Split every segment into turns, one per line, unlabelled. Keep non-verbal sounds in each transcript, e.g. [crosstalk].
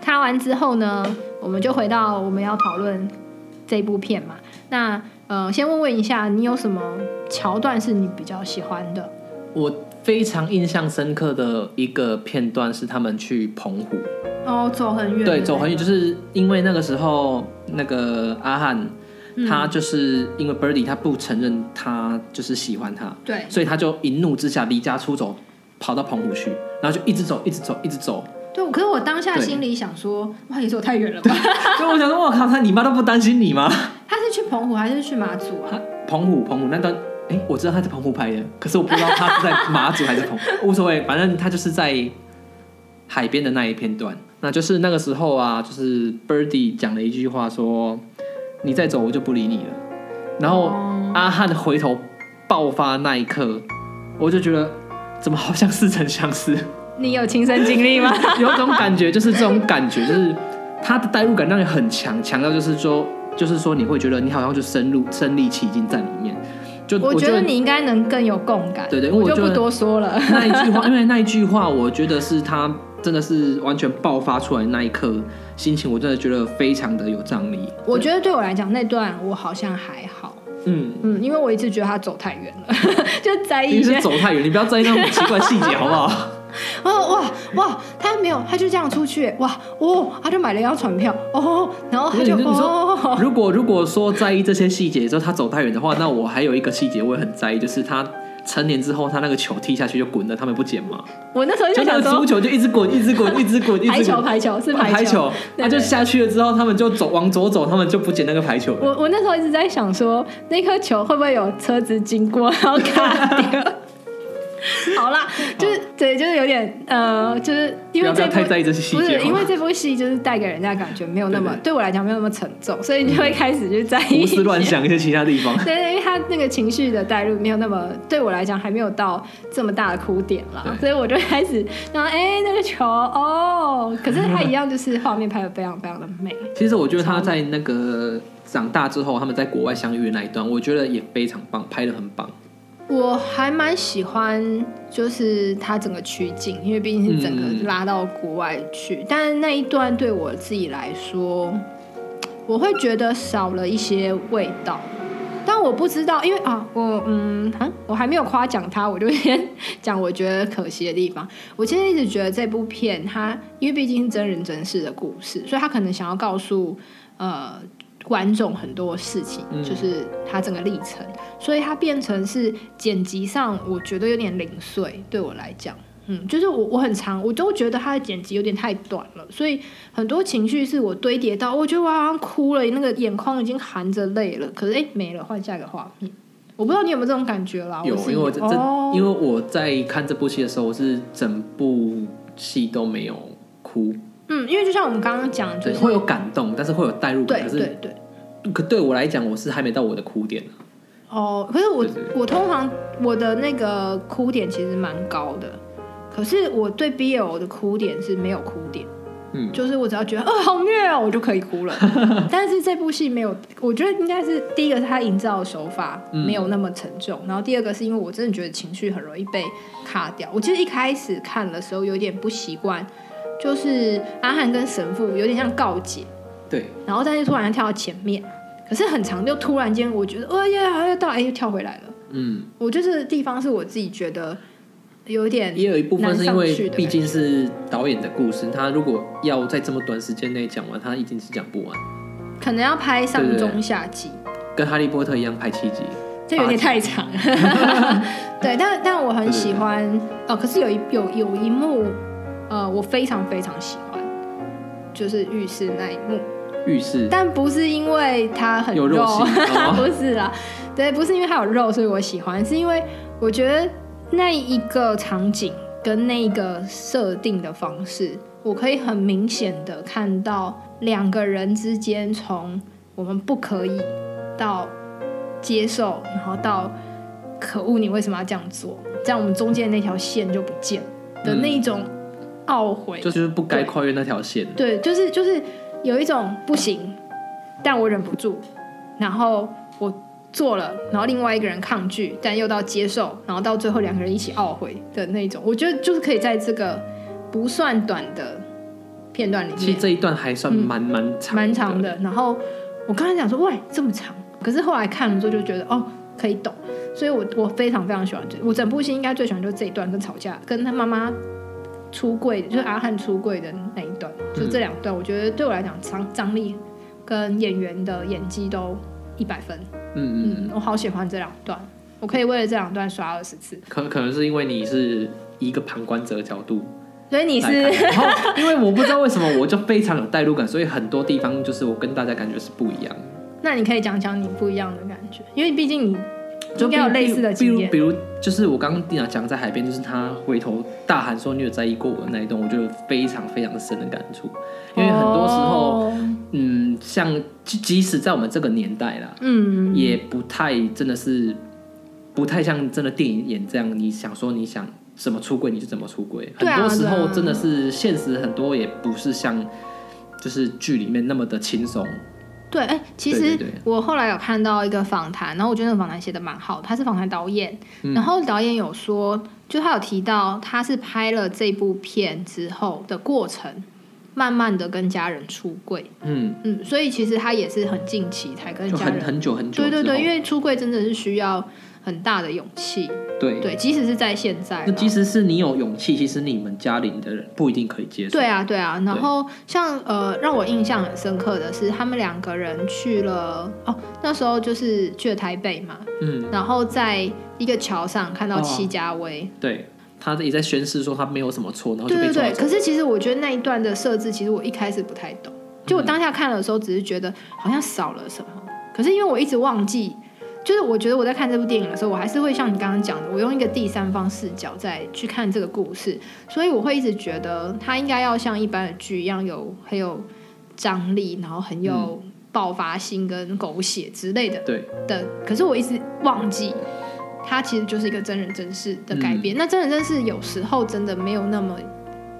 擦完之后呢，我们就回到我们要讨论这部片嘛。那呃，先问问一下，你有什么桥段是你比较喜欢的？
我非常印象深刻的一个片段是他们去澎湖，
哦，走很远，
对，走很远，就是是因为那个时候那个阿汉，
嗯
他就是因为 Birdy 他不承认他就是喜欢他，
对
所以他就一怒之下离家出走，跑到澎湖去，然后就一直走，一直走，一直走。 [laughs]
对。可是我当下
对
心里想说，哇，也走太远了吧？
所以我想说，我靠，他你妈都不担心你吗？
[laughs] 他是去澎湖还是去马祖啊？
他澎湖，澎湖那段，哎、我知道他在澎湖拍的，可是我不知道他是在马祖还是澎湖，无所谓，反正他就是在海边的那一片段。那就是那个时候啊，就是 Birdy 讲了一句话说：“你再走，我就不理你了。”然后
哦
阿汉回头爆发那一刻，我就觉得怎么好像似曾相识，
你有亲身经历
[laughs]
吗？
有种感觉，就是这种感觉，就是他的代入感让你很强，强到就是说，就是说你会觉得你好像就深入身临其境在里面。就
我
觉
觉得你应该能更有共感。
对对因为
我
我
就
觉
不
得
多说
[laughs]
了。
那一句话，因为那一句话，我觉得是他真的是完全爆发出来那一刻，心情我真的觉得非常的有张力。
我觉得对我来讲，那段我好像还好，
嗯，
嗯，因为我一直觉得他走太远了， [laughs] 就在意
你
一些
是走太远，你不要在意那种奇怪细节好不
[laughs]
好？
哦哇哇，他没有，他就这样出去，哇哦，他就买了一张船票，哦，然后
不
他
是你
就
就你说，
哦， [laughs]
如果如果说在意这些细节之后他走太远的话，那我还有一个细节我也很在意，就是他成年之后他那个球踢下去就滚了，他们不捡嘛，
我那时候
[laughs] 就
就
那
想
个足
说，
球就一直滚， [laughs] 一直滚，一直滚，
[laughs]
一
排
直
球
滚。
排球是
排
球，
球，
对
他就下去了之后，他们就走往左走，他们就不捡那个排球了。
我我那时候一直在想说，那颗球会不会有车子经过然后卡掉？ [laughs] 好啦，就是对，就是有点呃，就是因为
不
这
要
部
太在意这些细
不
节
是
好吗
因为这部戏就是带给人家感觉没有那么
对对嗯
对我来讲没有那么沉重，所以你就会开始就在意
胡思乱想一些其他地
[laughs]
方。
对，因为他那个情绪的带入没有那么，对我来讲还没有到这么大的哭点啦，
对
所以我就开始，然后哎那个球哦，可是他一样就是 [laughs] 画面拍的非常非常的美，
其实我觉得他在那个长大之后，他们在国外相遇的那一段，我觉得也非常棒，拍的很棒。
我还蛮喜欢就是他整个取景，因为毕竟是整个
嗯
拉到国外去，但是那一段对我自己来说，我会觉得少了一些味道。但我不知道，因为啊，我嗯啊，我还没有夸奖他，我就先 [laughs] 讲我觉得可惜的地方。我其实一直觉得这部片它，因为毕竟是真人真事的故事，所以他可能想要告诉呃观众很多事情，
嗯
就是他整个历程，所以它变成是剪辑上，我觉得有点零碎，对我来讲。嗯，就是我我很长，我都觉得他的剪辑有点太短了，所以很多情绪是我堆叠到，我觉得我好像哭了，那个眼眶已经含着泪了，可是哎、没了，换下一个画面。我不知道你有没有这种感觉啦？
有，
我是
因为我这这
哦，
因为我在看这部戏的时候，我是整部戏都没有哭，
嗯，因为就像我们刚刚讲，就
对，
是
会有感动，但是会有代入感。
对
可
对
是，
对。
可对我来讲，我是还没到我的哭点啊
哦，可是我
对对
我通常我的那个哭点其实蛮高的，可是我对 BL 的哭点是没有哭点，
嗯，
就是我只要觉得啊、好虐哦，我就可以哭
[laughs]
了。但是这部戏没有，我觉得应该是第一个是它营造的手法
嗯
没有那么沉重，然后第二个是因为我真的觉得情绪很容易被卡掉。我其实一开始看的时候有点不习惯，就是阿汉跟神父有点像告解，
对，
然后但是突然跳到前面，可是很长就突然间我觉得，哎呀，要到哎又跳回来了。
嗯，
我就是地方是我自己觉得有点
也有一部分是
难
因
上去
为
的
毕竟是导演的故事，他如果要在这么短时间内讲完，他一定是讲不完，
可能要拍上
对对对
中下集，
跟哈利波特一样拍七集。
这有点太长了。
[laughs]
对，但但我很喜欢哦，可是有一有有一幕，呃，我非常非常喜欢，就是浴室那一幕，
浴室
但不是因为它很啊
有肉戏哦
不是啦，对，不是因为它有肉所以我喜欢，是因为我觉得那一个场景跟那一个设定的方式，我可以很明显的看到两个人之间从我们不可以到接受，然后到可恶，你为什么要这样做？这样我们中间那条线就不见了的那一种、懊悔，
就是不该跨越那条线。
[laughs] 对，就是就是有一种不行，但我忍不住，然后我做了，然后另外一个人抗拒，但又到接受，然后到最后两个人一起懊悔的那种。我觉得就是可以在这个不算短的片段里
其实
面，
这一段还算蛮蛮长，
蛮长。的。然后我刚才讲说，喂，这么长，可是后来看了之后就觉得，哦，可以懂。所以我我非常非常喜欢这，我整部戏应该最喜欢就是这一段跟吵架，跟他妈妈出柜，就是阿汉出柜的那一段，
嗯
就这两段，我觉得对我来讲张张力跟演员的演技都一百分。
嗯嗯嗯，
嗯，我好喜欢这两段，我可以为了这两段刷二十次。
可可能是因为你是一个旁观者的角度
所以你
来
是
看，然
[laughs]
后因为我不知道为什么我就非常有代入感，所以很多地方就是我跟大家感觉是不一样的。
那你可以讲讲你不一样的感觉，因为毕竟你
就
应该有类似的
比
经
如
验
比如比如就是我刚刚讲讲在海边，就是他回头大喊说“你有在意过我”那一段，我就有非常非常深的感触，因为很多时候，
哦
嗯，像即即使在我们这个年代啦，
嗯，
也不太真的是不太像真的电影演这样，你想说你想怎么出轨你就怎么出轨，
对
很
啊
多时候
对啊
真的是现实很多也不是像就是剧里面那么的轻松，
对，哎、其
对
实
对对
我后来有看到一个访谈，然后我觉得那个访谈写的蛮好的，他是访谈导演，
嗯
然后导演有说，就他有提到他是拍了这部片之后的过程，慢慢的跟家人出柜，
嗯，
嗯，所以其实他也是很近期才跟
就
家
很
人，
很久很久
对
之后，
对对，因为出柜真的是需要很大的勇气，
对
对，即使是在现在啦，
那即使是你有勇气，其实你们家里的人不一定可以接受。
对啊，对啊。然后像呃，让我印象很深刻的是，他们两个人去了哦，那时候就是去了台北嘛，
嗯，
然后在一个桥上看到戚家威，
对，他也在宣誓说他没有什么错，然后就
对
被
对
抓
对。
走。
可是其实我觉得那一段的设置，其实我一开始不太懂，
嗯
就我当下看的时候，只是觉得好像少了什么，可是因为我一直忘记。就是我觉得我在看这部电影的时候，我还是会像你刚刚讲的，我用一个第三方视角再去看这个故事，所以我会一直觉得它应该要像一般的剧一样有很有张力，然后很有
嗯
爆发性跟狗血之类的。
对，
的，可是我一直忘记，它其实就是一个真人真事的改编。那真人真事有时候真的没有那么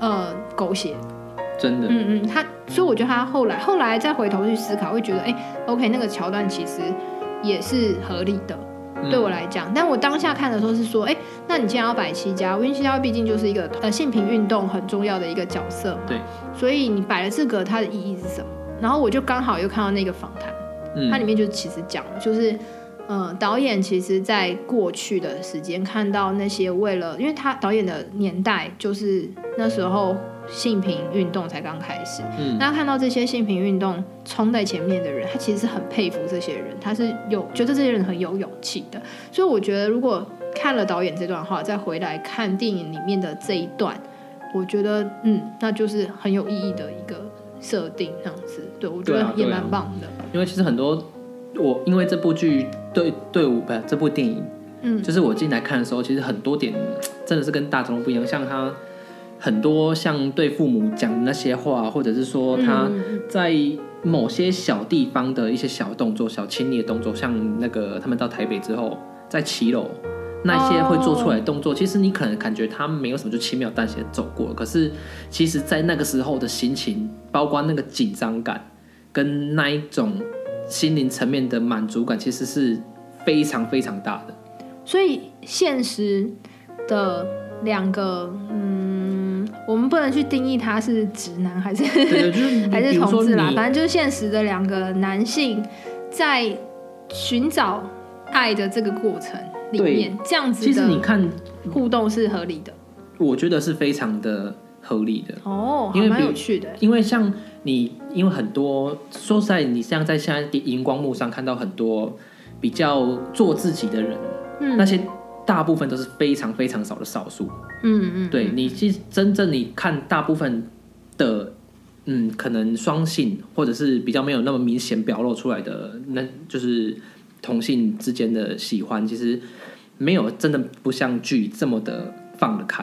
呃狗血，
真的，
嗯嗯，他所以我觉得他后来后来再回头去思考，会觉得哎、o k 那个桥段其实也是合理的。
嗯
对我来讲，但我当下看的时候是说，哎、那你既然要摆七家，因为七家毕竟就是一个呃性平运动很重要的一个角色嘛，
对，
所以你摆了这个，它的意义是什么？然后我就刚好又看到那个访谈，它
嗯，
里面就其实讲了，就是，呃，导演其实在过去的时间看到那些为了，因为他导演的年代就是那时候性平运动才刚开始，
嗯
那他看到这些性平运动冲在前面的人，他其实是很佩服这些人，他是有觉得这些人很有勇气的，所以我觉得如果看了导演这段话，再回来看电影里面的这一段，我觉得嗯，那就是很有意义的一个设定，这样子，对我觉
对
得
啊
也
对啊
蛮棒的，
因为其实很多我因为这部剧对对我不这部电影，
嗯。
就是我进来看的时候，其实很多点真的是跟大众不一样，像他很多像对父母讲的那些话，或者是说他
嗯
在某些小地方的一些小动作、小亲昵的动作，像那个他们到台北之后，在骑楼那些会做出来的动作，其实你可能感觉他没有什么，就轻描淡写地走过。可是其实，在那个时候的心情，包括那个紧张感，跟那一种心灵层面的满足感，其实是非常非常大的。
所以现实的两个，嗯，我们不能去定义他是直男还是
对对，就是你
[laughs] 还
比
是
如
同
说
志啦，
你
反正就是现实的两个男性在寻找爱的这个过程里面，这样子
其实你
的
看，
互动是合理的。
我觉得是非常的合理的。
哦，还
因为
蛮
比
有趣的。
因为像你，因为很多说实在，你像在现在的荧光幕上看到很多比较做自己的人，
嗯
那些大部分都是非常非常少的少数。
嗯嗯，
对你，其实真正你看大部分的，嗯，可能双性或者是比较没有那么明显表露出来的，那就是同性之间的喜欢，其实没有真的不像剧这么的放得开。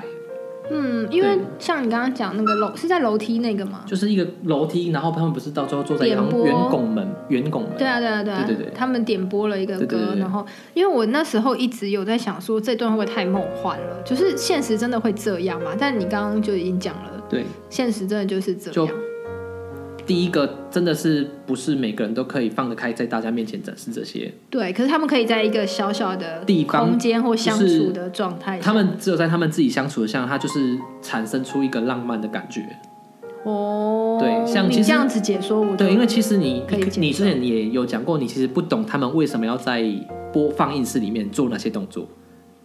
嗯，因为
对
像你刚刚讲那个楼是在楼梯那个吗？
就是一个楼梯，然后他们不是到最后坐在一
点
行
播
圆拱门，圆拱门。
对啊，对啊，对啊，
对对对
他们点播了一个歌，
对对对对
然后因为我那时候一直有在想说这段会不会太梦幻了，就是现实真的会这样嘛？但你刚刚就已经讲了，
对，
现实真的就是这
就
样。
第一个真的是不是每个人都可以放得开，在大家面前展示这些。
对，可是他们可以在一个小小的
地方
空间或相
就是
处的状态下，
他们只有在他们自己相处的像，他就是产生出一个浪漫的感觉。
哦，
对像其
你
实
这样子解说，我就
对，因为其实你
可以接
你
受
你之前也有讲过，你其实不懂他们为什么要在播放映室里面做那些动作。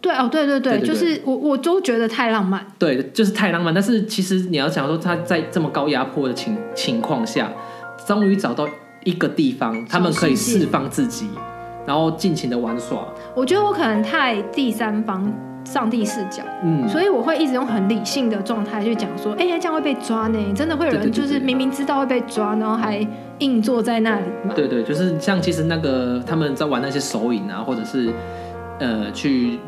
对哦，对对对，
对对对
就是我我都觉得太浪漫，
对，就是太浪漫。但是其实你要讲说，他在这么高压迫的情情况下，终于找到一个地方，他们可以释放自己，然后尽情的玩耍。
我觉得我可能太第三方上帝视角，
嗯，
所以我会一直用很理性的状态去讲说，哎、呀，这样会被抓呢，真的会有
对
人
对对
就是
对
明明知道会被抓，然后还硬坐在那里嘛。
对对，就是像其实那个他们在玩那些手影啊，或者是呃去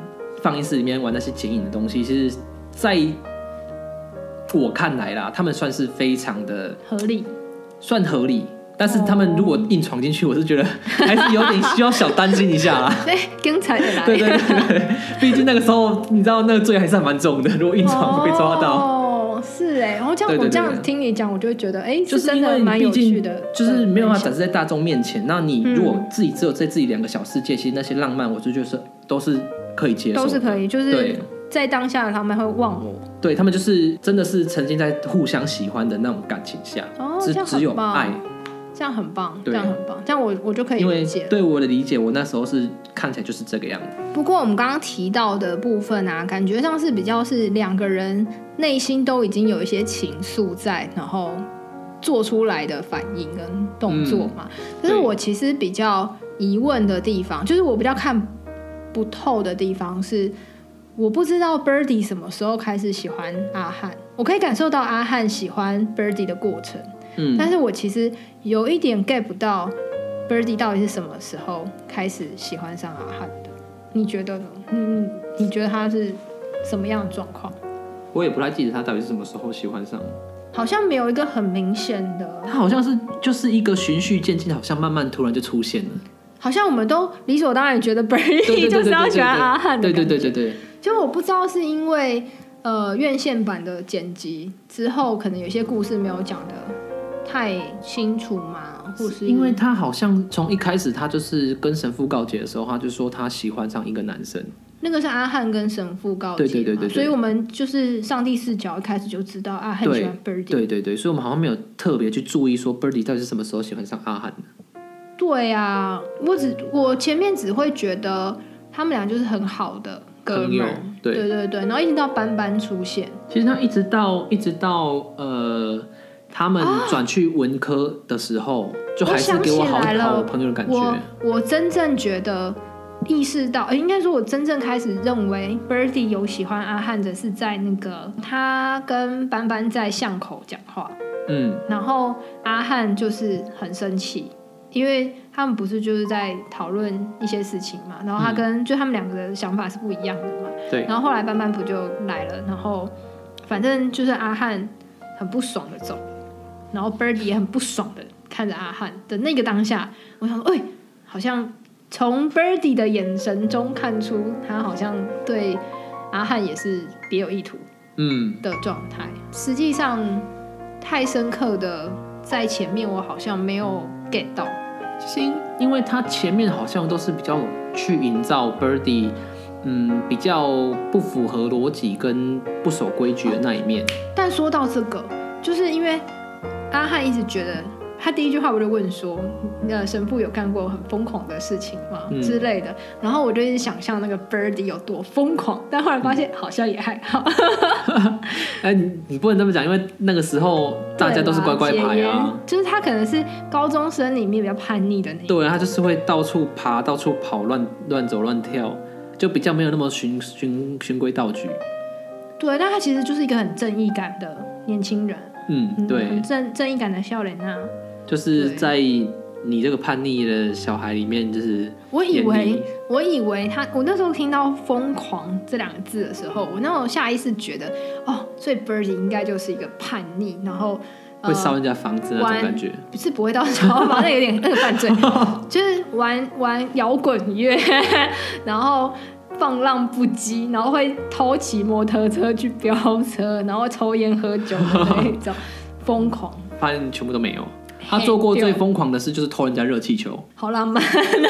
放映室里面玩那些剪影的东西，其实在我看来啦，他们算是非常的
合理， [laughs]
算合理。但是他们如果硬闯进去，我是觉得 [laughs] 还是有点需要小担心一下啦。
[laughs] 对，刚才也来，
对对对对，毕竟那个时候你知道那个罪还是蛮重的，如果硬闯会被抓到。
哦，是哎，然后这样
对对
我
对
这样
对
听你讲，我就会觉得，哎，
就是
真
因
的
为
蛮
你
有
毕
趣的
竟，就是没有办法展
嗯
示在大众面前。那你
嗯
如果自己只有在自己两个小世界，其实那些浪漫，我就觉得是都是可以接受的，
都是可以，就是
对
在当下他们会忘我，
对他们就是真的是沉浸在互相喜欢的那种感情下，
哦
只
这样
只有
很棒
爱。
这样很棒，这
对
样很棒，这样我我就可以
因为
理解了。
对我的理解，我那时候是看起来就是这个样子。
不过我们刚刚提到的部分啊，感觉上是比较是两个人内心都已经有一些情愫在，然后做出来的反应跟动作嘛。可是
对
我其实比较疑问的地方，就是我比较看不透的地方是，我不知道 Birdy 什么时候开始喜欢阿汉。我可以感受到阿汉喜欢 Birdy 的过程，
嗯，
但是我其实有一点 get 不到 Birdy 到底是什么时候开始喜欢上阿汉的？你觉得呢？你你你觉得他是什么样的状况？
我也不太记得他到底是什么时候喜欢上我。
好像没有一个很明显的，
他好像是就是一个循序渐进，好像慢慢突然就出现了。
好像我们都理所当然
[laughs]
觉得 Birdy
对对对
就
对
是要
对
喜欢阿汉的
对
感
对
觉。
对对对，
就我不知道是因为呃院线版的剪辑之后，可能有些故事没有讲的太清楚嘛，或是
因为他好像从一开始他就是跟神父告解的时候，他就说他喜欢上一个男生。
那个是阿汉跟神父告诫嘛，
对对对对对
所以我们就是上帝视角一开始就知道阿汉喜欢 Birdy，
对对对，所以我们好像没有特别去注意说 Birdy 到底是什么时候喜欢上阿汉的。
对啊，我只
嗯
我前面只会觉得他们俩就是很好的哥
朋
们
友
儿，
对
对对对，然后一直到斑斑出现，
其实他一直到一直到呃他们转去文科的时候，就还是给我好
我想起来了
好朋友的感
我
觉。
我真正觉得意识到，呃应该说我真正开始认为 Birdy 有喜欢阿汉的是在那个他跟斑斑在巷口讲话，
嗯，
然后阿汉就是很生气，因为他们不是就是在讨论一些事情嘛，然后他
嗯
跟、就他们两个的想法是不一样的嘛，
对
然后后来班班不就来了，然后反正就是阿汉很不爽的走，然后 Birdy 也很不爽的看着阿汉的那个当下，我想说，哎、好像从 Birdy 的眼神中看出他好像对阿汉也是别有意图。
嗯，
的状态。实际上，太深刻的在前面，我好像没有 get 到。
其实因因为他前面好像都是比较去营造 Birdy，嗯，比较不符合逻辑跟不守规矩的那一面。
但说到这个，就是因为阿汉一直觉得，他第一句话我就问说，呃，神父有干过很疯狂的事情吗、
嗯
之类的，然后我就一直想象那个 Birdy 有多疯狂，但后来发现好像也还好。
哎、你你不能这么讲，因为那个时候大家都是乖乖牌
对
啊
啦，，就是他可能是高中生里面比较叛逆的那一个。
对，啊他就是会到处爬、到处跑、乱乱走、乱跳，就比较没有那么循循循规蹈矩。
对，但他其实就是一个很正义感的年轻人，
嗯，
嗯
对，
很正正义感的笑脸啊。
就是
对
在你这个叛逆的小孩里面，就是
我以
眼
为
里，
我以为他，我那时候听到“疯狂”这两个字的时候，我那种下意识觉得，哦，所以 Birdy 应该就是一个叛逆，然后、呃、
会烧人家房子那种
玩
感觉。
是不会到超吧？那有 [laughs]
[laughs]
点那个犯罪，就是玩玩摇滚乐，然后放浪不羁，然后会偷骑摩托车去飙车，然后抽烟喝酒的那一
[laughs]
种疯狂，
发现全部都没有。他做过最疯狂的事就是偷人家热气球，
好浪漫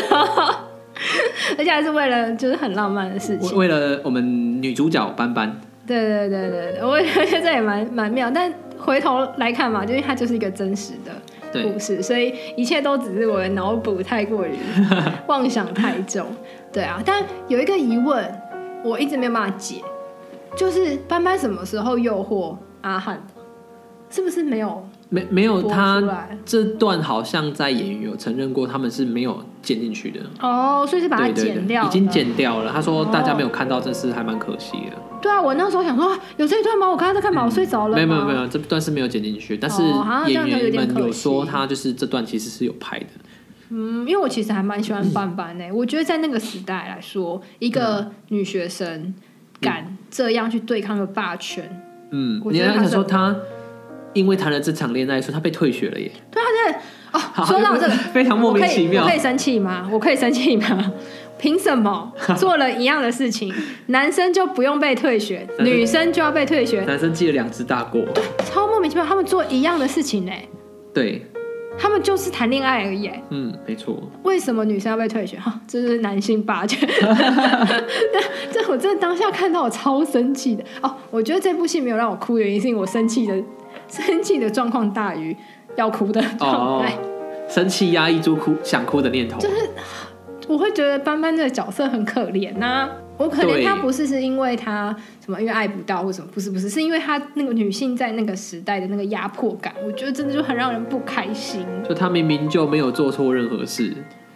哦！ [laughs] 而且还是为了就是很浪漫的事
为
情。
为了我们女主角斑斑，
对对对对对，我 [laughs] 觉得这也蛮蛮妙。但回头来看嘛，就是它就是一个真实的
对
故，事，所以一切都只是我的脑补太过于妄想太重。对啊，但有一个疑问，我一直没有办法解，就是斑斑什么时候诱惑阿汉的？是不是没有
没没有
播出
他
来？
这段好像在演员有承认过，他们是没有剪进去的，
哦，所以是把它
对对
剪
对，
掉，
已经。剪掉了。他说大家没有看到，这是还蛮可惜的。
对啊，我那时候想说啊有这一段吗？我刚刚在干嘛？我睡着了吗
没有没有没有，这段是没有剪进去，但是
哦啊这样
演
子有点
员们有
可惜
说他就是这段其实是有拍的，
嗯，因为我其实还蛮喜
嗯
欢斑斑的、欸我觉得在那个时代来说，一个女学生敢这样去对抗个霸权，
嗯，
我
你
觉得
还
他
想
是
说他因为谈了这场恋爱，所以他被退学了耶？
哦，说到这
[laughs]
个，
非常莫名其妙
我可以我可以生气吗？我可以生气吗？ [laughs] 凭什么
[laughs]
做了一样的事情，男生就不用被退
[laughs]
学，
男生
女生就要被退学？
男生记了两只大过，
超莫名其妙，他们做一样的事情呢、欸
对，
他们就是谈恋爱而已、欸，
嗯，没错，
为什么女生要被退学？ [laughs] 哈、这就是男性霸权。 [laughs] 但这我真的当下看到我超生气的哦！我觉得这部戏没有让我哭，原因是因为我生气的 [laughs] 生气的状况大于要哭的状
哦
态。，
生气压抑住哭想哭的念头，
我会觉得斑斑这个角色很可怜呐、我可怜
对
她不是是因为她什么，因为爱不到或什么，不是不是，是因为她那个女性在那个时代的那个压迫感，我觉得真的就很让人不开心。
就他明明就没有做错任何事，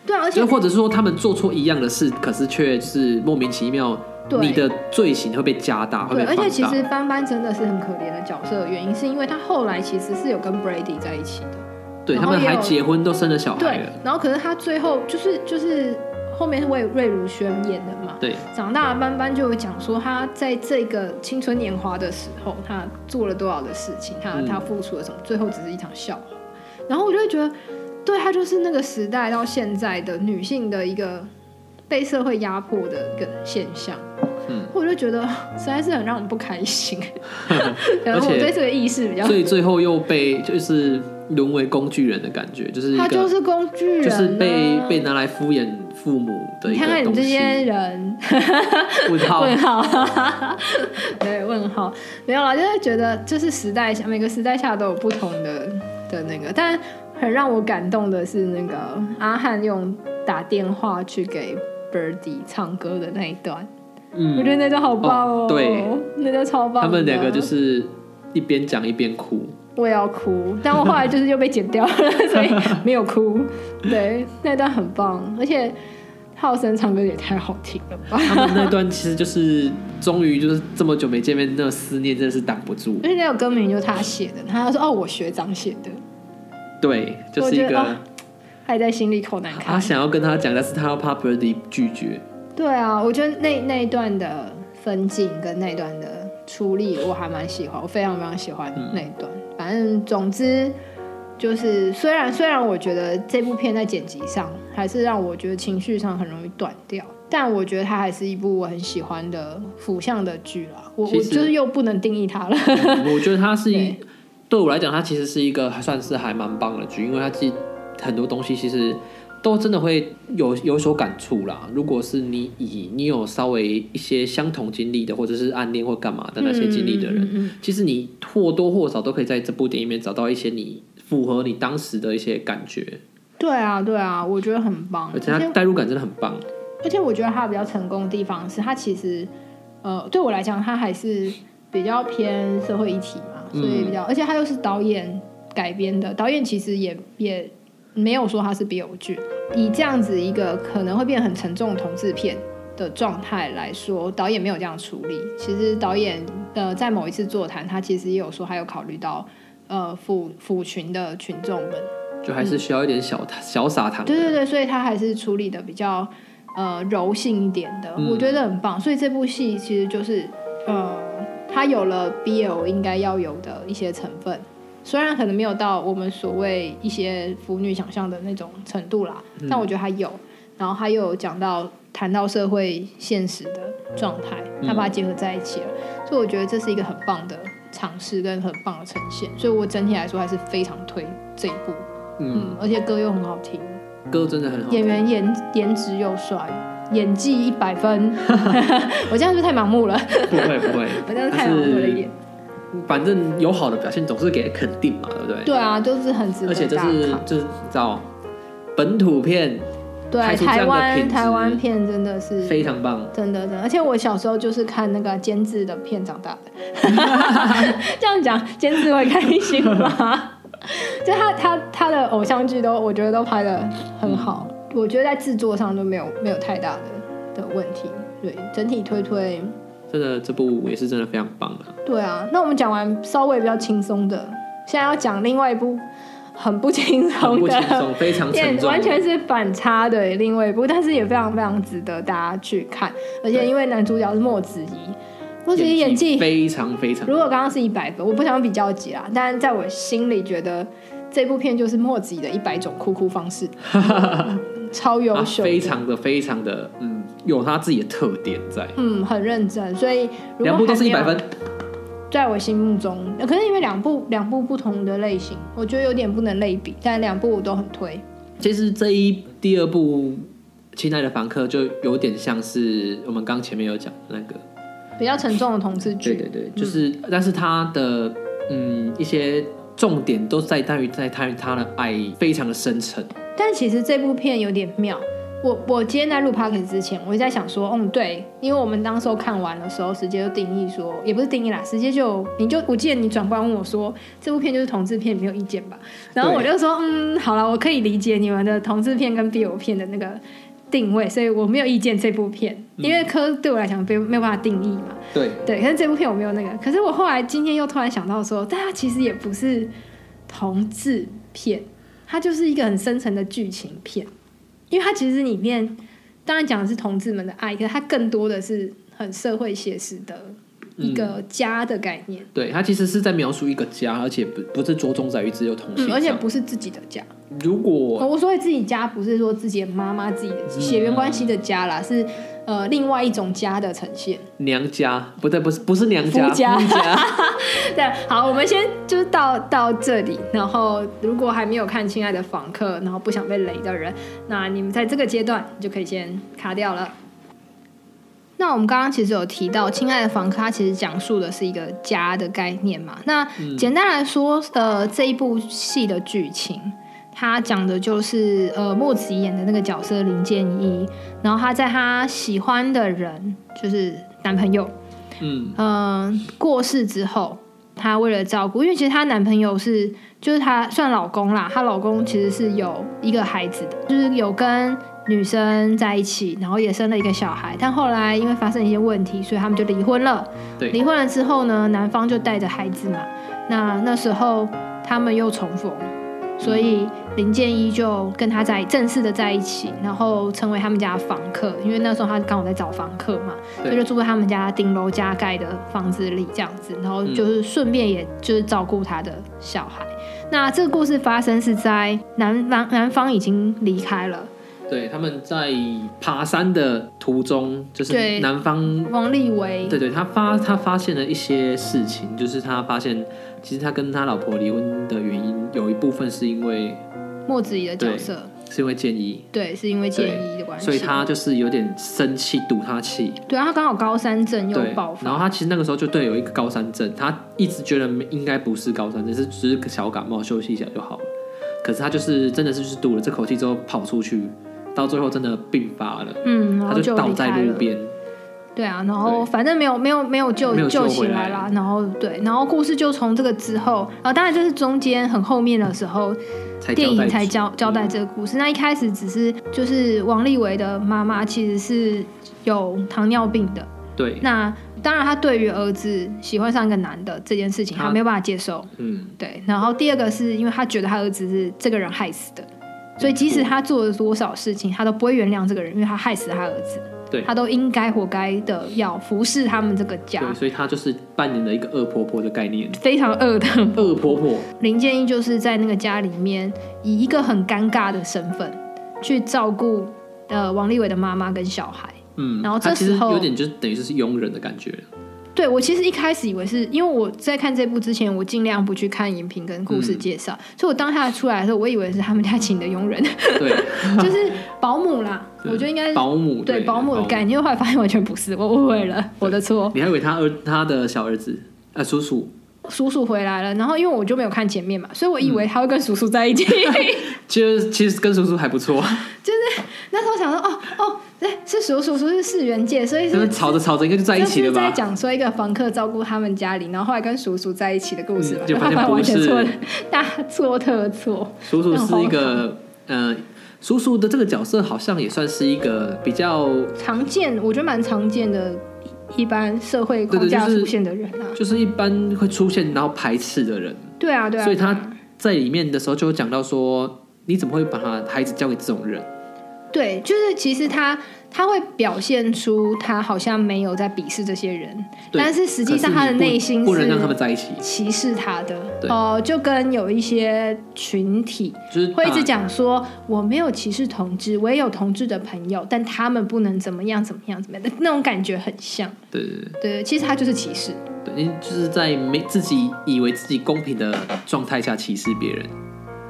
对啊，而且
就或者是说他们做错一样的事，可是却是莫名其妙，
对
你的罪行会被加大，会
对，
被
而
放
且其
大。
实斑斑真的是很可怜的角色，原因是因为她后来其实是有跟 Brady 在一起的，
对
然
他
后
们还
也有
结婚都生了小孩
对
了，，
然后可是她最后就是就是后面是为瑞如萱演的嘛，
对，
长大的斑斑就有讲说，他在这个青春年华的时候，他做了多少的事情，他
嗯
他付出了什么，最后只是一场笑话。然后我就会觉得，对他就是那个时代到现在的女性的一个被社会压迫的一个现象。
嗯，
我就觉得实在是很让人不开心。可
而
能
且
我对这个意识比较
所，以最后又被就是沦为工具人的感觉，就是一
他
个
就是工具人、
就
啊，
是被被拿来敷衍父母的
你
一个
看看你
东
这
西。
些人，
问号，
问号， [laughs] 对，问号，没有啦，就是觉得就是时代下每个时代下都有不同的的那个，但很让我感动的是那个阿汉用打电话去给 Birdy 唱歌的那一段，我觉
嗯，
得那段好棒哦，
哦对，
那段超棒的，
他们两个就是一边讲一边哭，
我也要哭，但我后来就是又被剪掉了， [laughs] 所以没有哭，对，那段很棒，而且浩森唱歌也太好听了吧。
他们那段其实就是终于就是这么久没见面，那个思念真的是挡不住。
而且那首歌名就是他写的，然后他说：“哦，我学长写的。”
对，就是一
我觉得
个
啊还在心里口难
他
开。
想要跟他讲，但是他要怕 Birdy 拒绝。
对啊，我觉得那那一段的分镜跟那一段的处理，我还蛮喜欢，我非常非常喜欢那一段。反正总之就是，虽然虽然我觉得这部片在剪辑上还是让我觉得情绪上很容易断掉，但我觉得它还是一部我很喜欢的腐向的剧啦。我我
其实
[laughs] 就是又不能定义它了。
嗯我觉得他是一
[laughs] 对，
对我来讲，他其实是一个还算是还蛮棒的剧，因为他其实很多东西其实都真的会有有所感触啦。如果是你以你有稍微一些相同经历的，或者是暗恋或干嘛的那些经历的
嗯，
人，
嗯嗯嗯
其实你或多或少都可以在这部电影里面找到一些你符合你当时的一些感觉，
对啊对啊，我觉得很棒。
而且它代入感真的很棒。
而且我觉得他比较成功的地方是，他其实，呃，对我来讲，他还是比较偏社会议题嘛，所
嗯
以比较，而且他又是导演改编的，导演其实也也没有说他是 BL 剧，以这样子一个可能会变得很沉重的同志片的状态来说，导演没有这样处理。其实导演呃在某一次座谈，他其实也有说，他有考虑到呃腐腐群的群众们。
就还是需要一点小、小撒糖的，
对对对，所以他还是处理的比较呃柔性一点的，
嗯
我觉得很棒。所以这部戏其实就是呃，它有了 BL 应该要有的一些成分，虽然可能没有到我们所谓
嗯
一些腐女想象的那种程度啦，但我觉得它有。然后他又有讲到谈到社会现实的状态，
嗯
他把它结合在一起了，所以我觉得这是一个很棒的尝试跟很棒的呈现，所以我整体来说还是非常推这一部，
嗯，
嗯，而且歌又很好听，
歌真的很好
演
听。
员颜颜值又帅，演技一百
[laughs]
分， [laughs] 我这样是不是太盲目了？
[laughs] 不会不会，
我这样是太盲目了一点。
反正有好的表现总是给肯定嘛，对不对？
对啊，就是很值得
而且这
大家
是
看。
就是找本土片拍
对，
出这
台
样的
湾
品质
台湾片真的是
非常棒，
真的真的，而且我小时候就是看那个监制的片长大的。
[laughs]
这样讲，监制会开心吗？就他他他的偶像剧都，我觉得都拍的很好，
嗯
我觉得在制作上都没有没有太大的的问题。对，整体推推，
真的这部也是真的非常棒啊。
对啊。那我们讲完稍微比较轻松的，现在要讲另外一部很不轻
很
松
不轻
的。
松，非常沉
也
重，
完全是反差的另外一部，但是也非常非常值得大家去看，而且因为男主角是莫子仪，莫子仪演技
非常非常
如果刚刚是一百分，我不想比较级啦，但在我心里觉得这部片就是墨子的一百种哭哭方
[laughs]
式，嗯超优
啊，
秀，
非常的非常的嗯，有他自己的特点在，
嗯，很认真。所以如果
两部都是一
还
百
没有
分，
在我心目中，呃可是因为两部两部不同的类型，我觉得有点不能类比，但两部我都很推。
其实这一第二部《亲爱的房客》就有点像是我们刚前面有讲的那个，
比较沉重的同志剧，
对对对，就是、但是他的嗯一些重点都在在于在他他的爱非常的深沉，
但其实这部片有点妙。我我今天在录 p o c a s t 之前，我就在想说，嗯，对，因为我们当时候看完的时候，直接就定义说，也不是定义啦，直接就你就我记得你转过来问我说，这部片就是同志片，你没有意见吧？然后我就说，嗯，好了，我可以理解你们的同志片跟 BL 片的那个定位，所以我没有意见这部片，因为科对我来讲没有没有办法定义嘛。
对，
对，可是这部片我没有那个，可是我后来今天又突然想到说，但它其实也不是同志片，它就是一个很深层的剧情片，因为它其实里面当然讲的是同志们的爱，可是它更多的是很社会写实的一个家的概念，
对他其实是在描述一个家，而且不不是着重在于只有同性
嗯，
上，
而且不是自己的家。
如果
我嗯所谓自己家，不是说自己的妈妈、自己的血缘关系的家啦，是呃另外一种家的呈现。
娘家不对，不是不是娘家，
夫家
夫
[laughs]
家
对，好，我们先就是到到这里。然后，如果还没有看《亲爱的访客》，然后不想被雷的人，那你们在这个阶段你就可以先卡掉了。那我们刚刚其实有提到，《亲爱的房客》它其实讲述的是一个家的概念嘛。那简单来说，呃，这一部戏的剧情，它讲的就是呃，莫子仪演的那个角色林建一，然后他在他喜欢的人，就是男朋友，
嗯，
嗯，过世之后，她为了照顾，因为其实她男朋友是，就是她算老公啦，她老公其实是有一个孩子的，就是有跟女生在一起，然后也生了一个小孩，但后来因为发生一些问题，所以他们就离婚了。
对
离婚了之后呢，男方就带着孩子嘛，那那时候他们又重逢，所以林建一就跟他在正式的在一起，然后成为他们家的房客，因为那时候他刚好在找房客嘛，所以就
对，
住在他们家顶楼加盖的房子里这样子，然后就是顺便也就是照顾他的小孩。那这个故事发生是在男方男方已经离开了，
对，他们在爬山的途中，就是
对
南方，
王立维
对对，他发他发现了一些事情，就是他发现其实他跟他老婆离婚的原因有一部分是因为
墨子怡的角色，
是因为建议，
对，是因为建议的关系，
所以他就是有点生气，赌他气，
对啊，他刚好高山症又
对
爆，发，
然后他其实那个时候就对有一个高山症，他一直觉得应该不是高山症，是只是个小感冒，休息一下就好了。可是他就是真的是就是堵了这口气之后跑出去，到最后真的病发了，
嗯，然
他
后
就倒
离
在
开
路
了。
边。
对啊，然后
对
反正没有没有没有救
没有救
救起
回来
来啦，然后对，然后故事就从这个之后，然后当然这是中间很后面的时候，
才
电
交
影
代
才
出
交交代这个故事。那一开始只是就是王立维的妈妈其实是有糖尿病的，
对，
那当然她对于儿子喜欢上一个男的这件事情，
她
她没有办法接受。
嗯，
对，然后第二个是因为她觉得她儿子是这个人害死的，所以即使她做了多少事情，她都不会原谅这个人，因为她害死她儿子。
对
她都应该活该的要服侍他们这个家，
对，所以他就是扮演了一个恶婆婆的概念，
非常恶的
恶婆婆，
林建一就是在那个家里面以一个很尴尬的身份去照顾呃王立伟的妈妈跟小孩。
嗯，
然后这
他其实
时候
有点就是等于就是佣人的感觉，
对我其实一开始以为是因为我在看这部之前，我尽量不去看影评跟故事介绍，所以我当下出来的时候，我以为是他们家请的佣人， [laughs]
对， [laughs]
就是保姆啦。我觉得应该是
保姆
对保姆的概念，后来发现完全不是，我误会了，我的错。
你还以为他儿他的小儿子呃叔叔，
叔叔回来了，然后因为我就没有看前面嘛，所以我以为他会跟叔叔在一起。
[laughs] 其实其实跟叔叔还不 [laughs]
[laughs]
错，
那时候想说，哦哦，对，是叔叔，叔叔是世元界，所以
就是是吵着吵着应该就在一起
就是
了
在
吧？
讲说一个房客照顾他们家里，然后后来跟叔叔在一起的故事嘛，
嗯就发现
然后
不
完全
是
错了，大错特错。
叔叔是一个呃，叔叔的这个角色好像也算是一个比较，
常见，我觉得蛮常见的，一般社会框架
对对就是
出现的人啊，
就是一般会出现然后排斥的人，
对啊，对啊，
所以他
对啊
在里面的时候就有讲到说，你怎么会把他孩子交给这种人？
对，就是其实他他会表现出他好像没有在鄙视这些人，
对
但是实际上他的
可是你不
内心
不能让他
是
们在一起，
歧视他的
对，
哦、就跟有一些群体。
就是
会一直
大
讲说我没有歧视同志，我也有同志的朋友，但他们不能怎么样怎么样怎么样，那种感觉很像。
对对对
对，其实他就是歧视。
对，因为就是在没自己以为自己公平的状态下歧视别人，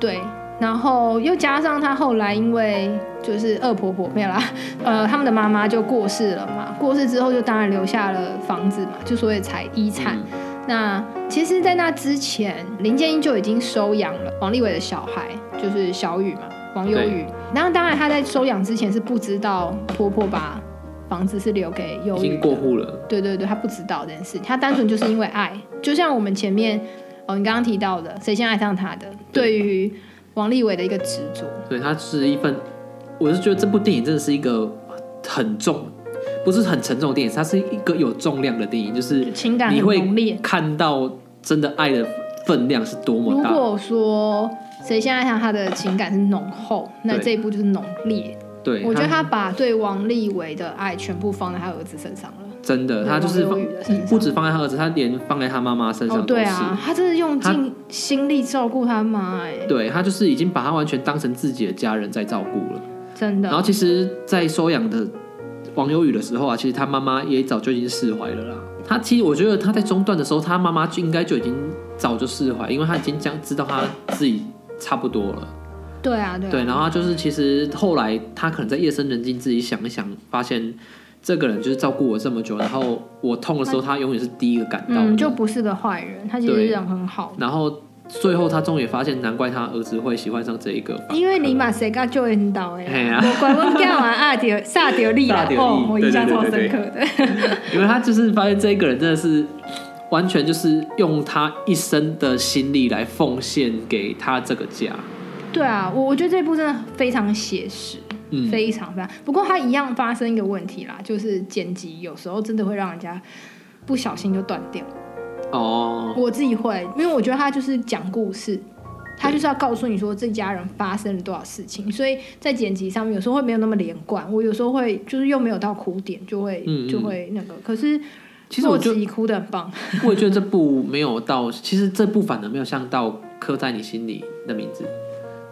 对，然后又加上她后来因为就是恶婆婆没有啦， [laughs] 呃，他们的妈妈就过世了嘛，过世之后就当然留下了房子嘛，就所以才遗产。
嗯
那其实，在那之前，林建英就已经收养了王立伟的小孩，就是小雨嘛，王优雨。然后，当然她在收养之前是不知道婆婆把房子是留给优
已
雨
经
的
过户了，
对对对，他不知道这件事情，他单纯就是因为爱，就像我们前面哦，你刚刚提到的，谁先爱上他的，对于王立伟的一个执着，
对，它是一份，我是觉得这部电影真的是一个很重，不是很沉重的电影，它是一个有重量的电影，就是
情感很
你会
浓烈。
看到真的爱的分量是多
如
么大。
果说谁先爱上他的情感是浓厚，那
对
这一部就是浓烈。
对，
我觉得他把对王立伟的爱全部放在他儿子身上了。
真的，
对
他就是
王
放
六宇的身上
不止放在他儿子，他连放在他妈妈身
哦
上，都
对
是。
啊，他真的用
他
尽心力照顾他妈，哎，
对他就是已经把他完全当成自己的家人在照顾了。
真
然后
的。
其实，在收养的王优宇的时候啊，其实他妈妈也早就已经释怀了啦。他其实我觉得他在中段的时候，他妈妈就应该就已经早就释怀，因为他已经将知道他自己差不多了。
对啊，对啊，
对，然后他就是其实后来他可能在夜深人静自己想一想，发现这个人就是照顾我这么久，然后我痛的时候，他永远是第一个感到的。
嗯，就不是个坏人，他其实
对
人很好。
然后最后他终于发现，难怪他儿子会喜欢上这一个。
因为你嘛，谁甲救引导的
嘿
啦，
啊
无怪阮囝嘛啊着煞着你啦
煞，着你
哦，我印象超深刻的。 [laughs]
因为他就是发现这个人真的是完全就是用他一生的心力来奉献给他这个家。
对啊，我我觉得这部真的非常写实，
嗯，
非常非常。不过它一样发生一个问题啦，就是剪辑有时候真的会让人家不小心就断掉。
哦，
我自己会，因为我觉得他就是讲故事，他就是要告诉你说这家人发生了多少事情，所以在剪辑上面有时候会没有那么连贯，我有时候会就是又没有到哭点，就会
嗯嗯
就会那个。可是
其实我
自
就
己哭的很棒。
我也觉得这部没有到，其实这部反而没有像到《刻在你心里的名字》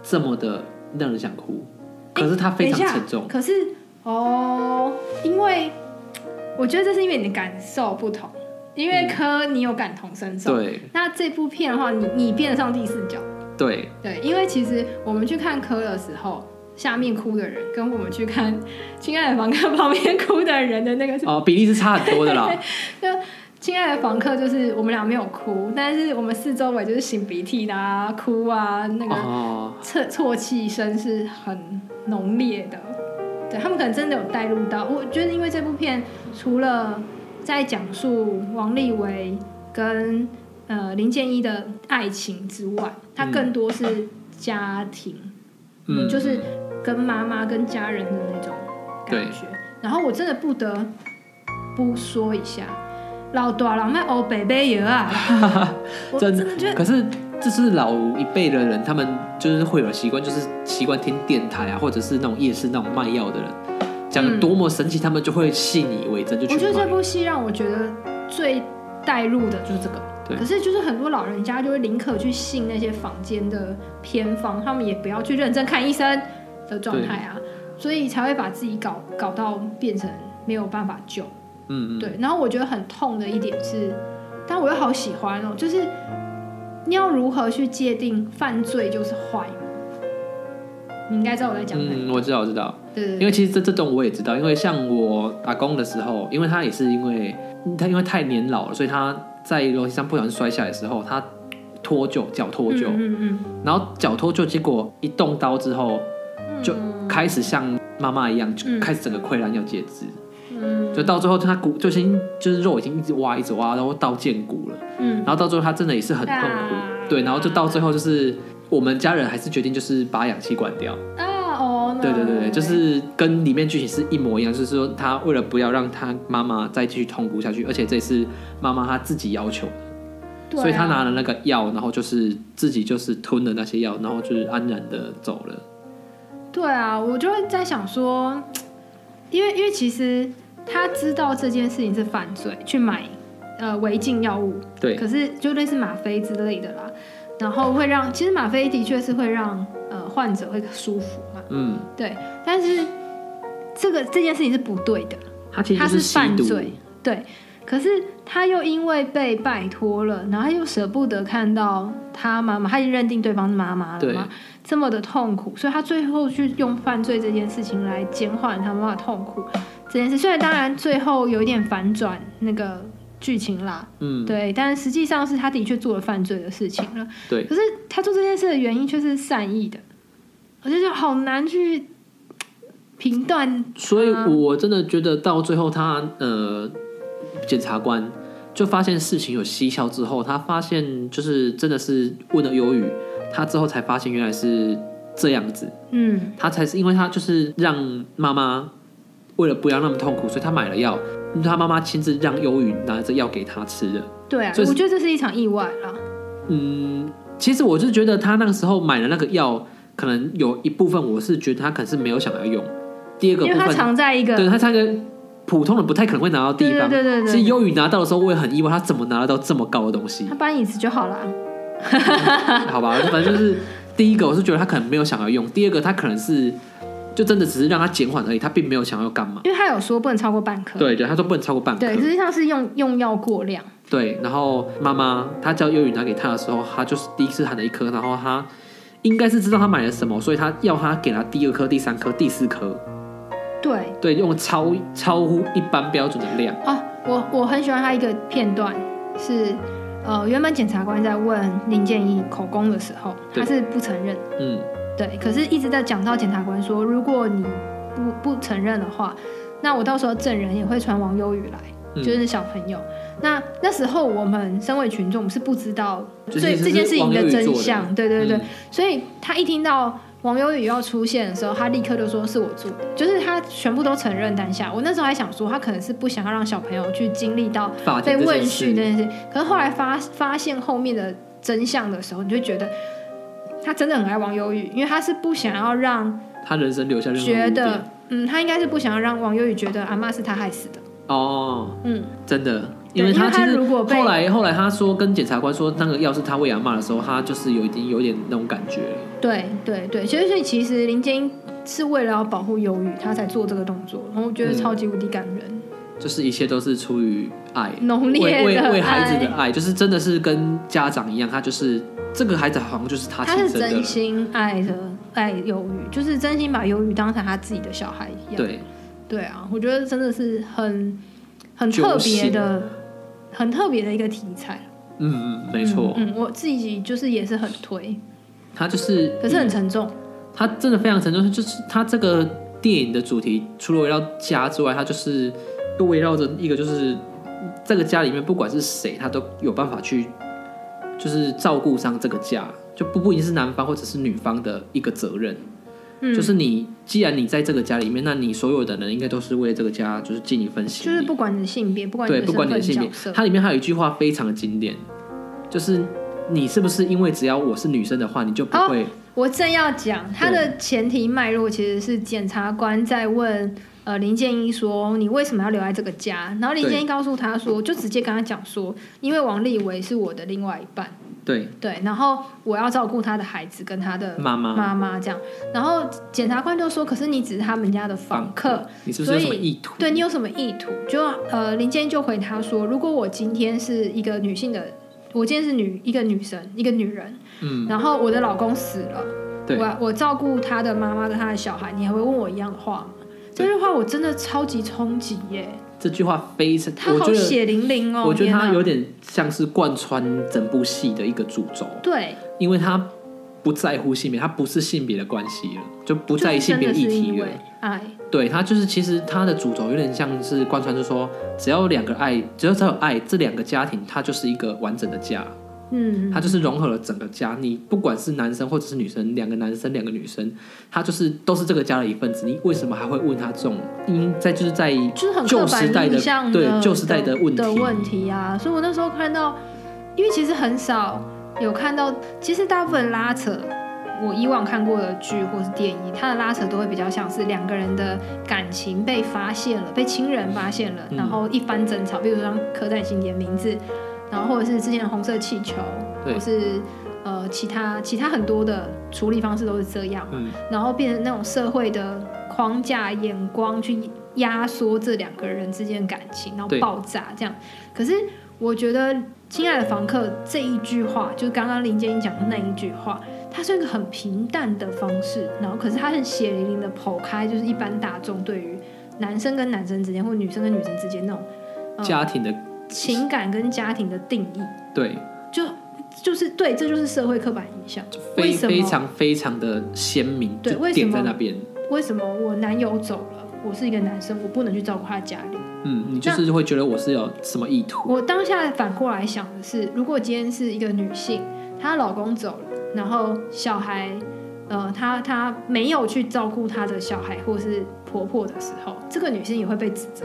这么的让人想哭，可是它非常沉重。
可是哦，因为我觉得这是因为你的感受不同，因为科你有感同身受。
嗯对
那这部片的话，你你变得上帝视角，
对，
对，因为其实我们去看科的时候，下面哭的人跟我们去看《亲爱的房客》 [laughs] 旁边哭的人的那个是，
哦，比例是差很多的啦。
亲爱的房客就是我们俩没有哭，但是我们四周围就是擤鼻涕啦、哭啊，那个
哦，
啜啜泣声是很浓烈的，对他们可能真的有带入到。我觉得，因为这部片除了在讲述王力维跟呃林建一的爱情之外，它
嗯
更多是家庭，
嗯，
就是跟妈妈跟家人的那种感觉。然后我真的不得不说一下，老大人卖欧北北油啊， [laughs] 我真
真
的觉得
可是就是老一辈的人，他们就是会有习惯，就是习惯听电台啊，或者是那种夜市那种卖药的人讲的多么神奇，他们就会信以为真，就
嗯我觉
去
得这
买。
部戏让我觉得最带入的就是这个。
对
可是就是很多老人家就会宁可去信那些坊间的偏方，他们也不要去认真看医生的状态啊。所以才会把自己搞搞到变成没有办法救。
嗯嗯，
对，然后我觉得很痛的一点是，但我又好喜欢哦，就是你要如何去界定犯罪就是坏？你应该知道我在讲哪个，
嗯，我知道，我知道。
对对
因
对，
为其实这这种我也知道，因为像我打工的时候，因为他也是因为他因为太年老了，所以他在楼梯上不小心摔下来的时候，他脱臼脚脱臼，
嗯嗯嗯
然后脚脱臼，结果一动刀之后
嗯，
就开始像妈妈一样，就
嗯
开始整个溃烂要截肢，
嗯
就到最后他骨就已经就是肉已经一直挖一直挖，然后到见骨了，
嗯
然后到最后他真的也是很痛苦，
啊
对，然后就到最后就是我们家人还是决定就是把氧气关掉。
啊哦，
对对对对，就是跟里面剧情是一模一样，就是说他为了不要让他妈妈再继续痛苦下去，而且这是妈妈她自己要求，
对啊
所以他拿了那个药，然后就是自己就是吞了那些药，然后就是安然的走了。
对啊，我就会在想说，因为因为其实他知道这件事情是犯罪，去买呃违禁药物，
对，
可是就类似吗啡之类的啦，然后会让其实吗啡的确是会让呃患者会舒服嘛，
嗯，
对，但是这个这件事情是不对的，
他其实
他
就是吸
犯
毒，
罪，对。可是他又因为被拜托了，然后他又舍不得看到他妈妈，他已经认定对方是妈妈了
对
嘛，这么的痛苦，所以他最后去用犯罪这件事情来减缓他妈妈的痛苦这件事。虽然当然最后有一点反转那个剧情啦，
嗯，
对，但实际上是他的确做了犯罪的事情了。
对，
可是他做这件事的原因却是善意的，我就觉得好难去评断
所以
啊
我真的觉得到最后他呃，检察官就发现事情有蹊跷之后，他发现就是真的是问了忧郁，他之后才发现原来是这样子。
嗯
他才是因为他就是让妈妈为了不要那么痛苦，所以他买了药，他妈妈亲自让忧郁拿着药给他吃的。，
对啊，
所以是
我觉得这是一场意外啦。
嗯，其实我是觉得他那个时候买了那个药，可能有一部分我是觉得他可能是没有想要用，第二个
因
部
为他
分，
藏在一个
对他在一个普通人不太可能会拿到的地
对对
方。
对对
其实
对，
忧郁拿到的时候，我也很意外，他怎么拿得到这么高的
[laughs]
东西
他？搬椅子就好了。啊
好吧，反正就是第一个，我是觉得他可能没有想要用；第二个，他可能是就真的只是让他减缓而已，他并没有想要干嘛。
因为他有说不能超过半颗，
对对，他说不能超过半颗
嗯对，。实际上是用用药过量，
对，然后妈妈她叫幼宇拿给他的时候，他就是第一次喊了一颗，然后他应该是知道他买了什么，所以他要他给他第二颗、第三颗、第四颗，
对
对，用超超乎一般标准的量。
哦，我我很喜欢他一个片段是，呃，原本检察官在问林建义口供的时候，
对
他是不承认，
嗯，
对，可是一直在讲到检察官说，如果你不不承认的话，那我到时候证人也会传王优宇来，
嗯
就是小朋友。那那时候我们身为群众，我们是不知道
就是
这
是
这件事情
王优宇
的
做的
真相，对对对。
嗯
所以他一听到王优宇要出现的时候，他立刻就说是我做的，就是他全部都承认当下。我那时候还想说，他可能是不想要让小朋友去经历到
法
被
庭这
问
件
讯这
事，
件事，可是后来发发现后面的真相的时候，你就觉得他真的很爱王忧宇，因为他是不想要让
他人生留下任何
觉得
污点，
嗯，他应该是不想要让王忧宇觉得阿妈是他害死的，
哦，
嗯，
真的，
对
为他
因为他
其实
如果被
后来后来他说跟检察官说那个药是他喂阿妈的时候，他就是有已经有点那种感觉了。
对对对，所以所以其实林建英是为了要保护忧宇，他才做这个动作，然后我觉得
嗯
超级无敌感人，
就是一切都是出于爱，
[laughs] 浓烈的
[laughs] 为为为孩子的
爱
爱，就是真的是跟家长一样，他就是这个孩子好像就是他
他
亲
是
生的
真
了，
心爱的爱忧宇，就是真心把忧宇当成他自己的小孩一样，
对，
对啊，我觉得真的是很很
揪
特别
心啊
的、很特别的一个题材。
嗯嗯，没错，
嗯，嗯我自己就是也是很推，
他就是，
可是很沉重。
他真的非常沉重，就是他这个电影的主题除了围绕家之外，他就是又围绕着一个就是这个家里面不管是谁，他都有办法去就是照顾上这个家，就不不一定是男方或者是女方的一个责任。
嗯，
就是你，既然你在这个家里面，那你所有的人应该都是为了这个家，就是尽一份心
就
力。
是不管你的性别，不管你
对，
的
不管你的性别
角，色，
它里面还有一句话非常的经典，就是你是不是因为只要我是女生的话，你就不会、
我正要讲它的前提脉络，其实是检察官在问呃林建一说你为什么要留在这个家，然后林
对
建一告诉他说，就直接跟他讲说，因为王立维是我的另外一半，
对，
对，然后我要照顾他的孩子跟他的
妈妈
妈妈这样，然后检察官就说，可是你只是他们家的访客，，
你是不是有什么
所以
意图？
对你有什么意图？就呃，林建就回他说，如果我今天是一个女性的，我今天是女一个女生一个女人，
嗯，
然后我的老公死了，
对，
我我照顾他的妈妈跟他的小孩，你还会问我一样的话吗？这
对
句话我真的超级冲击耶，
这句话非常，
他
我
好
觉得，
血淋淋哦，
我觉得
天
它
哪
有点像是贯穿整部戏的一个主轴，
对，
因为它不在乎性别，它不是性别的关系了，就不在意
就是
性别
真的
议
是
题
因
了
为。爱。
对，它就是其实它的主轴有点像是贯穿，就是说只要两个爱，只要只要有爱，这两个家庭它就是一个完整的家。
嗯，
它就是融合了整个家。你不管是男生或者是女生，两个男生两个女生，他就是都是这个家的一份子。你为什么还会问他这种？因在就是在
就是很
旧
刻
时代
板
的
印象
对旧时代
的
的问题
的问题啊。所以我那时候看到，因为其实很少有看到，其实大部分拉扯，我以往看过的剧或是电影，它的拉扯都会比较像是两个人的感情被发现了，被亲人发现了，
嗯
然后一番争吵，比如说像刻在心底的名字，然后或者是之前的红色气球，
对
或是。呃，其他其他很多的处理方式都是这样，
嗯，
然后变成那种社会的框架眼光去压缩这两个人之间的感情，然后
对
爆炸这样。可是我觉得《亲爱的房客》这一句话，就是刚刚林建英讲的那一句话，它是一个很平淡的方式，然后可是它很血淋淋的剖开，就是一般大众对于男生跟男生之间，或女生跟女生之间那种、呃
嗯家庭的
情感跟家庭的定义，
对
就就是对，这就是社会刻板印象。
就
为
非
什么
非常非常的鲜明，
对
就
为什
点
么
在那边。
为什么我男友走了，我是一个男生，我不能去照顾他的家里？
嗯，你就是会觉得我是有什么意图？
我当下反过来想的是，如果今天是一个女性，她老公走了，然后小孩，呃，她她没有去照顾她的小孩或是婆婆的时候，这个女性也会被指责。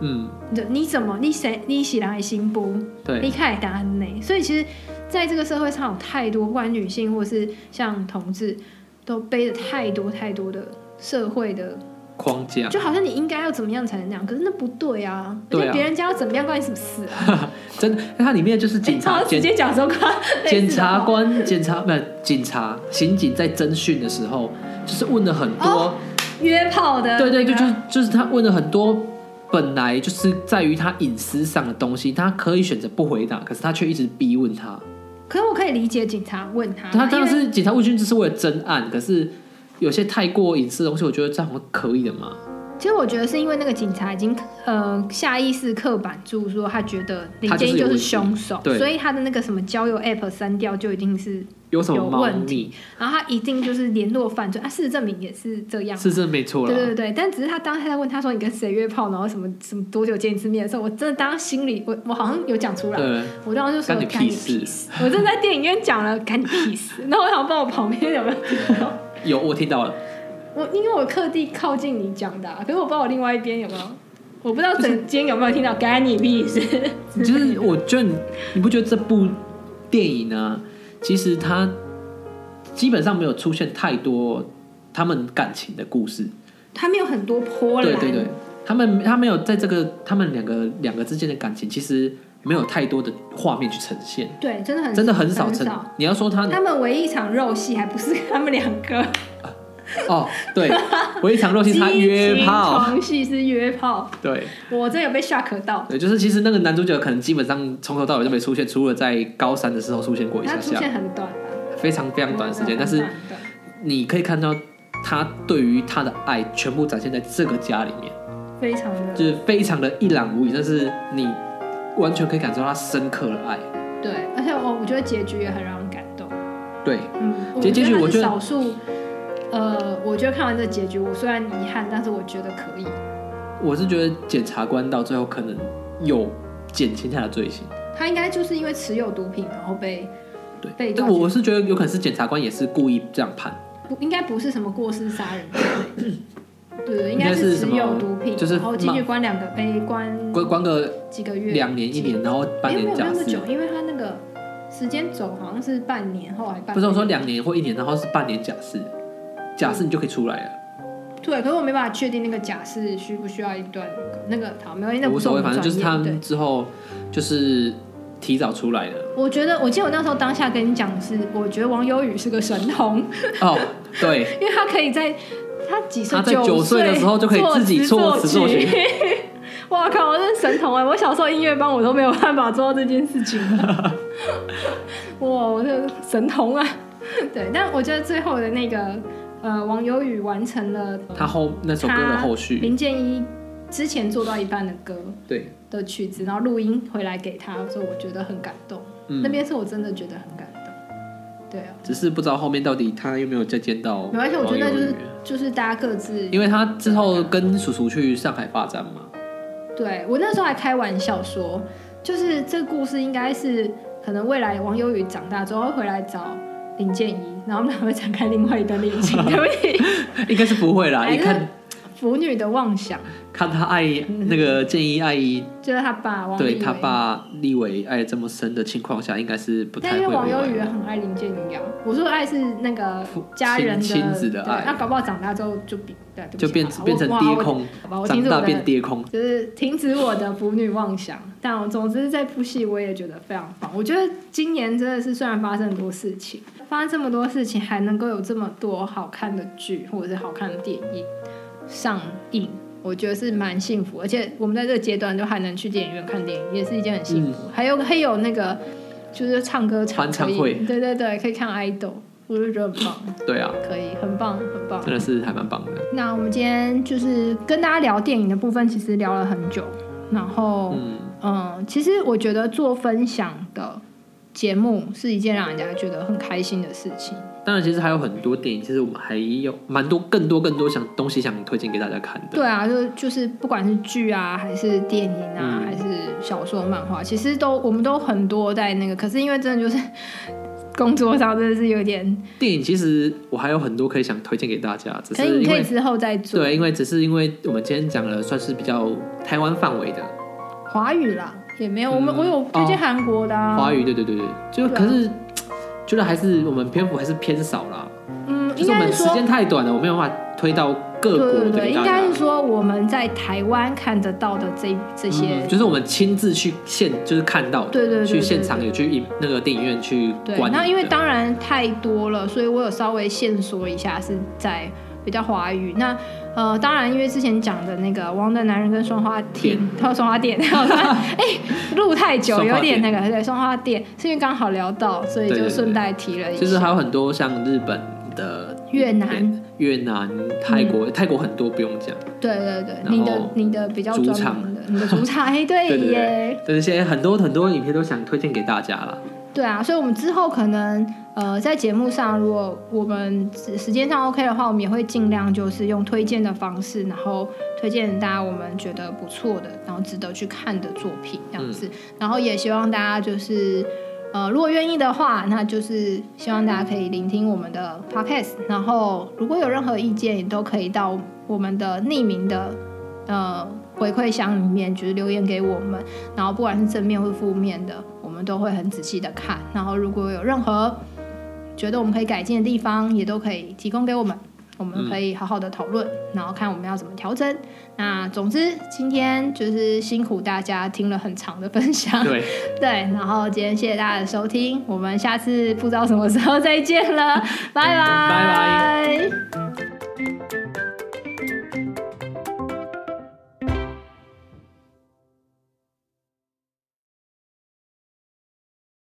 嗯，
你你怎么你谁你喜来心不？
对
你看也答案呢？所以其实在这个社会上有太多，不管女性或是像同志，都背着太多太多的社会的
框架，
就好像你应该要怎么样才能那样，可是那不对啊！而
对啊
且别人家要怎么样关你什么事啊？
真的，它里面就是警
哎
察
好像直
检
接讲什么话类似
检
的
察
话
官、检察不是警察、刑警在侦讯的时候，就是问了很多。
哦约炮的那
对
个，
对对，就是就是他问了很多本来就是在于他隐私上的东西，他可以选择不回答，可是他却一直逼问他。
可是我可以理解警察问他，
他当然
啊因为
是警察问讯只是为了侦案，可是有些太过隐私的东西，我觉得这样好像可以的嘛。
其实我觉得是因为那个警察已经呃下意识刻板住说他觉得林
他就
建
是
英就是
有问题
凶手，
对
所以他的那个什么交友 app 删掉就一定是，
有什么
有
猫
问
腻？
然后他一定就是联络犯罪啊，事实证明也是这样。
是真的没错
对
啦。
对对，但只是他当他在问他说你跟谁约炮，然后什么什么多久见一次面的时候，我真的当心里我我好像有讲出来，
对，
我当时就说
干你屁事！
我正在电影院讲 [laughs] 了干你屁事，那我想不知道我旁边有没 [laughs] 有听到，
有我听到了，
我因为我特地靠近你讲的啊、可是我不知道我另外一边有没有，我不知道整间有没有听到干你屁事。
就是我觉得你你不觉得这部电影呢，其实它基本上没有出现太多他们感情的故事，
他们有很多波澜，
对对对，他们他没有在这个他们两个两个之间的感情，其实没有太多的画面去呈现，
对真的很
真的很少
很
呈。你要说他
他们唯一一场肉戏还不是他们两个，
哦，
[laughs]
对，我一场肉戏他约炮，
床戏是约炮，
对
我真的有被吓可到。
对，就是其实那个男主角可能基本上从头到尾都没出现，除了在高三的时候出现过一
他
下
出
下，
现很短啊，
非常非常短时间，但是
很短
你可以看到他对于他的爱全部展现在这个家里面，
非常的
就是非常的一览无余，但是你完全可以感受到他深刻的爱，
对，而且我我觉得结局也很让人感动。
对。
嗯，我
结结局
它
我觉
是
得
少数。呃，我觉得看完这结局，我虽然遗憾，但是我觉得可以。
我是觉得检察官到最后可能有减轻他的罪行，
他应该就是因为持有毒品，然后被
对。
被
但
告
我我是觉得有可能是检察官也是故意这样判，
不应该不是什么过失杀人之类
[coughs]
的，对，应该
应该是
持
什么
有毒品，
就是
然后进
骂
去关两个被关
关关个
几个月，
两年一年，然后
哎
半
嗯没
年
有
假
那么
释
久，，因为他那个时间走好像是半年后还半年，
不是我说两年或一年，然后是半年假释，假释你就可以出来了，
对，可是我没办法确定那个假释需不需要一段那个，那个好，没关系，那不
无所谓，
我们
反正就是
专
他
业对
们之后就是提早出来
[laughs]
的。
我觉得，我记得我那时候当下跟你讲是，我觉得王优宇是个神童，
哦，对，
因为他可以在他几岁？
他在九岁的时候就可以自己
作
作词作曲。
[laughs] 哇靠！我真是神童哎！我小时候音乐班我都没有办法做到这件事
[laughs]
情。哇，我这神童啊！对，但我觉得最后的那个呃，王优宇完成了
他后那首歌的后
他 [laughs]
续，
林建一之前做到一半的歌
对，
的曲子，然后录音回来给他，所以我觉得很感动。那
嗯，
边是我真的觉得很感动。对啊，
只是不知道后面到底他有没有再见到
没关系，我觉得那
王
就
友
是
宇
就是大家各自
因为他之后跟叔叔去上海发展嘛，
对我那时候还开玩笑说，就是这故事应该是可能未来王优宇长大之后会回来找林建一，然后他们俩会展开另外一段恋
[laughs]
情，对不起，
应该是不会啦。
还是
一看
腐女的妄想，
看他爱那个建议
[laughs]
爱，
就是他爸王
对
立
他
伟。
爸立伟爱得这么深的情况下，应该是不太
但因
会
为王
有
优宇
爱
也很爱林建一啊，我说的爱是那个家人的
亲亲子的
对
爱
那搞不好长大之后就比对对不起
就变
好
变成
我
跌
哇我
空，
好吧，我停
长
止我
大
的
变跌空。
就是停止我的腐女妄想。但我总之这部戏我也觉得非常棒。我觉得今年真的是虽然发生很多事情，发生这么多事情，还能够有这么多好看的剧或者是好看的电影上映，我觉得是蛮幸福。而且我们在这个阶段就还能去电影院看电影，也是一件很幸福。还有还有那个就是唱歌场
翻嗯唱
可以
会
对对对，可以看 idol，我就觉得很棒，
对啊，
可以很棒很棒。
真的是还蛮棒的。
那我们今天就是跟大家聊电影的部分，其实聊了很久。然后，
嗯，
嗯、其实我觉得做分享的节目是一件让人家觉得很开心的事情。
当然，其实还有很多电影，其实我们还有蛮多、更多、更多想东西想推荐给大家看的。
对啊，就就是不管是剧啊，还是电影啊，
嗯
还是小说、漫画，其实都我们都很多在那个。可是因为真的就是工作上真的是有点，
电影其实我还有很多可以想推荐给大家，只
可
是
以你
因
可以
为
之后再做
对，因为只是因为我们今天讲了算是比较台湾范围的
华语啦，也没有。我们、
嗯
我有推荐
哦
韩国的、啊，
华语，对对对对，就
对啊
可是觉得还是我们篇幅还是偏少啦，
嗯，
就
应
是
该
我们
是
时
说
间太短了，我没有办法推到各
对对
国的
对，
给
应
大家
该是说我们在台湾看得到的这这些，
嗯就是我们亲自去现就是看到的，
对对对
去现场
对
有去影那个电影院去
对。
观。
那因为当然太多了，所以我有稍微线索一下是在比较华语。那呃，当然因为之前讲的那个《汪的男人》跟《双花店》，还有《双花店》， [laughs] 还有双花哎，录太久有点那个，对，《双花店》是因为刚好聊到，所以
对对
就
对
顺带提了一下。
其实还有很多像日本的、
越南，嗯
越南、泰国，泰国很多不用讲，
对对对，
后
你的你的比较
主
专
场
门的，你的主场，哎，对
对对
耶。
但是现在很多很多影片都想推荐给大家
[laughs]
啦。
对啊，所以我们之后可能呃，在节目上，如果我们时时间上 OK 的话，我们也会尽量就是用推荐的方式，然后推荐大家我们觉得不错的，然后值得去看的作品这样子。然后也希望大家就是呃，如果愿意的话，那就是希望大家可以聆听我们的 Podcast。然后如果有任何意见，也都可以到我们的匿名的呃回馈箱里面，就是留言给我们。然后不管是正面或负面的，我们都会很仔细的看。然后如果有任何觉得我们可以改进的地方，也都可以提供给我们，我们
嗯
可以好好的讨论，然后看我们要怎么调整。那总之，今天就是辛苦大家听了很长的分享，
对，
[laughs] 对，然后今天谢谢大家的收听，我们下次不知道什么时候再见了，拜拜，
拜拜。